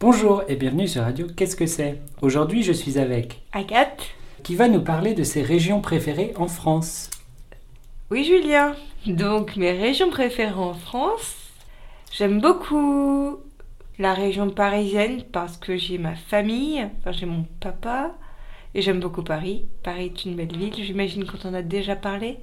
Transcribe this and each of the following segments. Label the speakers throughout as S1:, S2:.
S1: Bonjour et bienvenue sur Radio Qu'est-ce que c'est Aujourd'hui, je suis avec
S2: Agathe
S1: qui va nous parler de ses régions préférées en France.
S2: Oui, Julien. Donc, mes régions préférées en France, j'aime beaucoup la région parisienne parce que j'ai ma famille, enfin, j'ai mon papa, et j'aime beaucoup Paris. Paris est une belle ville, j'imagine quand on a déjà parlé.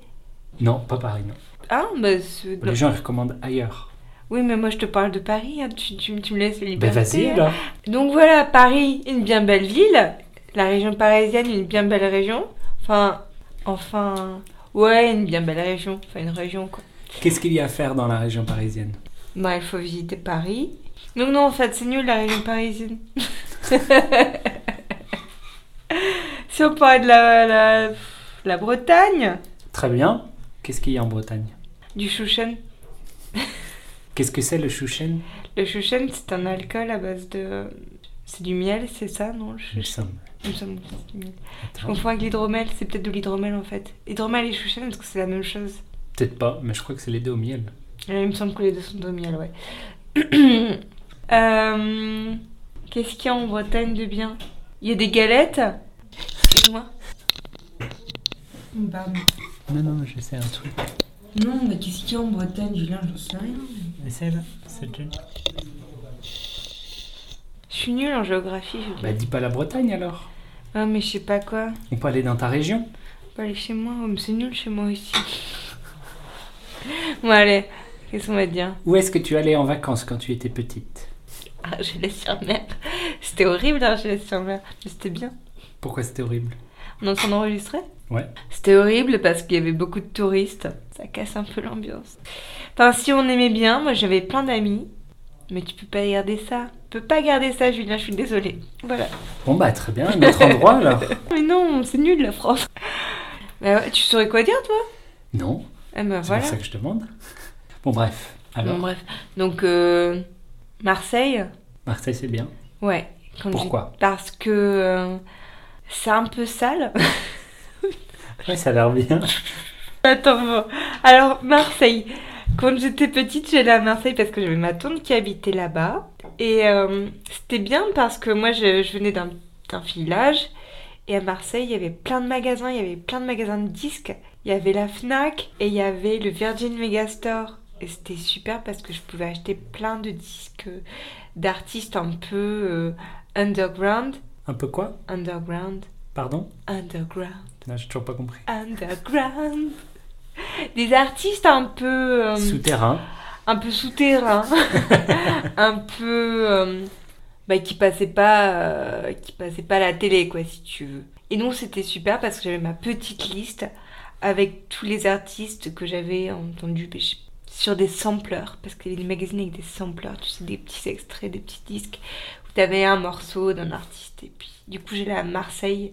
S1: Non, pas Paris, non.
S2: Ah, bah, c'est-
S1: Les gens recommandent ailleurs.
S2: oui, mais moi je te parle de Paris, hein, tu, tu- tu me laisses la
S1: Ben
S2: liberté.
S1: vas-y
S2: hein.
S1: alors.
S2: Donc voilà, Paris, une bien belle ville. La région parisienne, une bien belle région. Enfin, enfin, ouais, une bien belle région. Enfin, une région quoi.
S1: Qu'est-ce qu'il y a à faire dans la région parisienne
S2: Bah, il faut visiter Paris. Non, non, en fait, c'est nul la région parisienne. si on parle de la, la, la Bretagne,
S1: Très bien. Qu'est-ce qu'il y a en Bretagne
S2: du chouchen.
S1: Qu'est-ce que c'est le chouchen
S2: Le chouchen, c'est un alcool à base de. C'est du miel, c'est ça, non le
S1: Il me
S2: chouchen
S1: semble.
S2: Il me semble que c'est du miel. Je
S1: Attends.
S2: confonds avec l'hydromel, c'est peut-être de l'hydromel en fait. Hydromel et chouchen, est-ce que c'est la même chose
S1: Peut-être pas, mais je crois que c'est les deux au miel.
S2: Ouais, Il me semble que les deux sont au miel, ouais. Euh, Qu'est-ce qu'il y a en Bretagne de bien Il y a des galettes Excuse-moi. Pardon.
S1: Non, non, je sais un truc.
S2: Bah, Non, mais qu'est-ce qu'il y a en Bretagne, Julien J'en sais rien.
S1: Mais celle c'est John.
S2: Je suis nulle en géographie, Julien.
S1: Bah dis pas la Bretagne alors.
S2: Ah, mais je sais pas quoi.
S1: On peut aller dans ta région
S2: Faut aller chez moi, Oh, mais c'est nul chez moi aussi. bon, allez, qu'est-ce qu'on va dire
S1: Où est-ce que tu allais en vacances quand tu étais petite
S2: Ah, je laisse sur mer. C'était horrible, hein, je laisse sur mer. Mais c'était bien.
S1: Pourquoi c'était horrible
S2: On est en train d'enregistrer
S1: Ouais.
S2: C'était horrible parce qu'il y avait beaucoup de touristes. Ça casse un peu l'ambiance. Enfin, si on aimait bien, moi j'avais plein d'amis. Mais tu peux pas garder ça. Tu peux pas garder ça, Julien, je suis désolée. Voilà.
S1: Bon bah très bien, notre endroit alors.
S2: Mais non, c'est nul la France. Bah ouais, tu saurais quoi dire, toi
S1: Non,
S2: Eh ben
S1: c'est
S2: voilà.
S1: pour ça que je demande. Bon bref, alors
S2: Bon, bref. Donc, euh, Marseille
S1: Marseille c'est bien.
S2: Ouais. Quand
S1: Pourquoi
S2: j'ai- Parce que euh, c'est un peu sale.
S1: Ouais, ça a l'air bien.
S2: Attends, bon. alors Marseille. Quand j'étais petite, j'allais à Marseille parce que j'avais ma tante qui habitait là-bas. Et euh, c'était bien parce que moi, je, je venais d'un d'un village. Et à Marseille, il y avait plein de magasins, il y avait plein de magasins de disques. Il y avait la FNAC et il y avait le Virgin Megastore. Et c'était super parce que je pouvais acheter plein de disques euh, d'artistes un peu euh, underground.
S1: Un peu quoi
S2: Underground.
S1: Pardon
S2: Underground.
S1: Là, j'ai toujours pas compris.
S2: Underground. Des artistes un peu. euh,
S1: Souterrain.
S2: un peu souterrains. un peu. euh, bah, qui passaient pas. euh, qui passaient pas la télé, quoi, si tu veux. Et donc, c'était super parce que j'avais ma petite liste avec tous les artistes que j'avais entendus mais je- sur des sampleurs. Parce qu'il y avait des magazines avec des sampleurs, tu sais, des petits extraits, des petits disques où t'avais un morceau d'un artiste. Et puis, du coup, j'allais à Marseille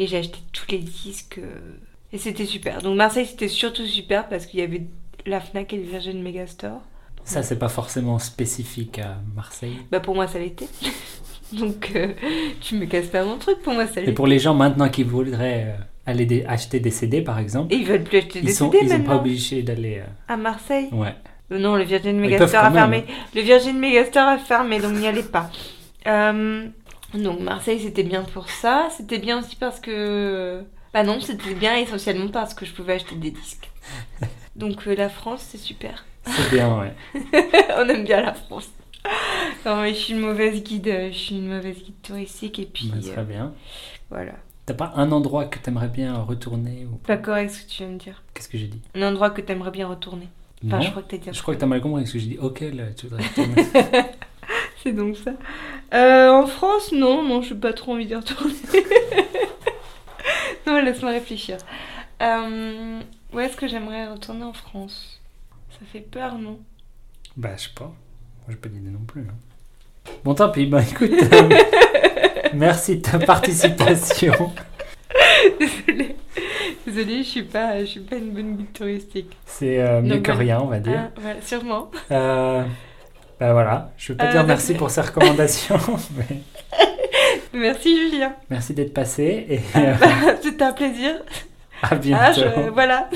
S2: et j'ai acheté tous les disques. euh, Et c'était super. Donc, Marseille, c'était surtout super parce qu'il y avait la Fnac et le Virgin Megastore.
S1: Ça, c'est pas forcément spécifique à Marseille.
S2: Bah, pour moi, ça l'était. Donc, euh, tu me casses pas mon truc, pour moi, ça
S1: Et
S2: l'était.
S1: pour les gens maintenant qui voudraient euh, aller dé- acheter des CD par exemple,
S2: Et ils veulent plus acheter des
S1: ils sont,
S2: CD
S1: ils sont pas
S2: maintenant
S1: obligés d'aller. euh,
S2: à Marseille.
S1: Ouais.
S2: Euh, Non, le Virgin
S1: Ils
S2: Megastore
S1: peuvent
S2: a
S1: quand
S2: fermé. Le Virgin Megastore a fermé, donc n'y allez pas. Euh, donc Marseille, c'était bien pour ça. C'était bien aussi parce que... Bah non, c'était bien essentiellement parce que je pouvais acheter des disques. Donc euh, la France, c'est super.
S1: C'est bien, ouais.
S2: On aime bien la France. Non mais je suis une mauvaise guide, euh, je suis une mauvaise guide touristique et puis
S1: Bah,
S2: euh,
S1: très bien.
S2: voilà.
S1: T'as pas un endroit que t'aimerais bien retourner ou
S2: Pas correct ce que tu viens de dire.
S1: qu'est-ce que j'ai dit
S2: Un endroit que t'aimerais bien retourner. Enfin,
S1: Non
S2: je crois que t'as dit. un
S1: Je crois que t'as mal compris parce que j'ai dit auquel euh, tu voudrais retourner.
S2: C'est donc ça. Euh, en France, non, non, je n'ai pas trop envie d'y retourner. non, laisse-moi réfléchir. Euh, où est-ce que j'aimerais retourner en France Ça fait peur, non
S1: bah je sais pas. Moi, j'ai pas d'idée non plus. hein. Bon tant pis. Bah écoute, euh, merci de ta participation.
S2: Désolée. Désolée, je suis pas, je suis pas une bonne guide touristique.
S1: C'est euh, mieux
S2: Normal.
S1: que rien, on va dire.
S2: Ah, voilà, sûrement.
S1: Euh, bah voilà, je vais pas
S2: ah. Euh,
S1: dire
S2: donc-
S1: merci pour ces recommandations, mais
S2: Merci Julien.
S1: merci d'être passé et euh,
S2: Bah, C'était un plaisir.
S1: à
S2: Ah,
S1: bientôt.
S2: je- voilà.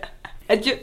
S2: Adieu.